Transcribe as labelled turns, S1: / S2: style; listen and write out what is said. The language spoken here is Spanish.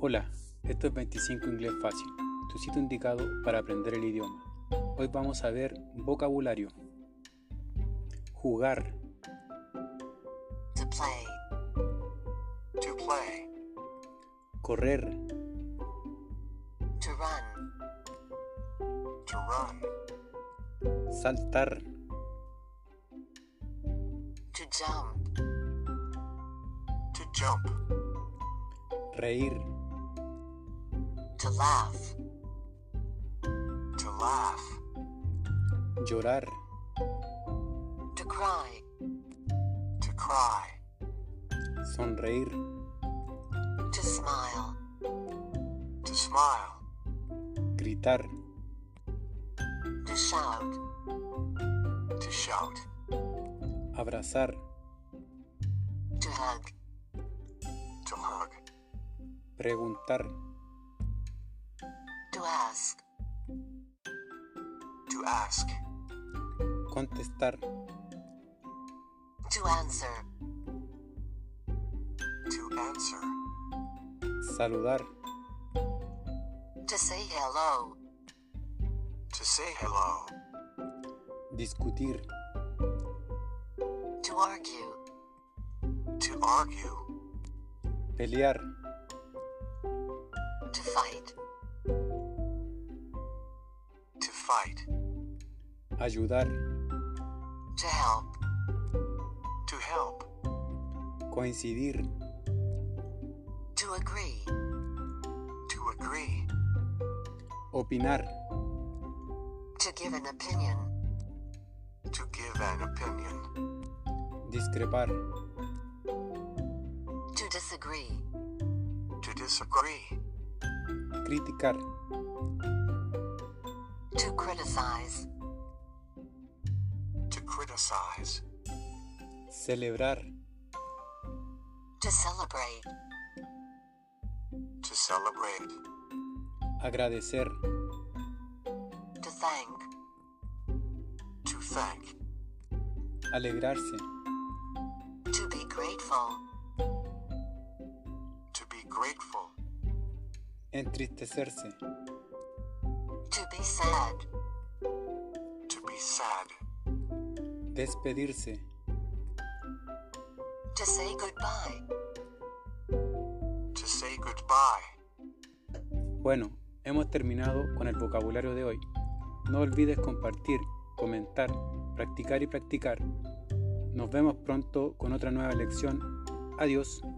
S1: Hola, esto es 25 Inglés Fácil, tu sitio indicado para aprender el idioma. Hoy vamos a ver vocabulario. Jugar,
S2: To play. To play.
S1: correr,
S2: To run. To run.
S1: saltar,
S2: To jump. To jump.
S1: reír,
S2: To laugh. To laugh.
S1: llorar,
S2: To cry. To cry.
S1: sonreír,
S2: To smile. To smile.
S1: gritar,
S2: To shout. To shout.
S1: abrazar,
S2: To hug. To hug.
S1: preguntar,
S2: To ask. To ask.
S1: contestar,
S2: To answer. To answer.
S1: saludar,
S2: To say hello. To say hello.
S1: discutir,
S2: To argue. To argue.
S1: pelear,
S2: To fight. To fight.
S1: ayudar,
S2: To help. To help.
S1: coincidir,
S2: To agree. To agree.
S1: opinar,
S2: To give an opinion. To give an opinion.
S1: discrepar,
S2: To disagree. To disagree.
S1: criticar,
S2: To criticize. To criticize.
S1: celebrar,
S2: To celebrate. To celebrate.
S1: agradecer,
S2: To thank. To thank.
S1: alegrarse,
S2: To be grateful. To be grateful.
S1: entristecerse,
S2: To be sad. To be sad.
S1: despedirse,
S2: To say goodbye. To say goodbye.
S1: Bueno, hemos terminado con el vocabulario de hoy. No olvides compartir, comentar, practicar y practicar. Nos vemos pronto con otra nueva lección. Adiós.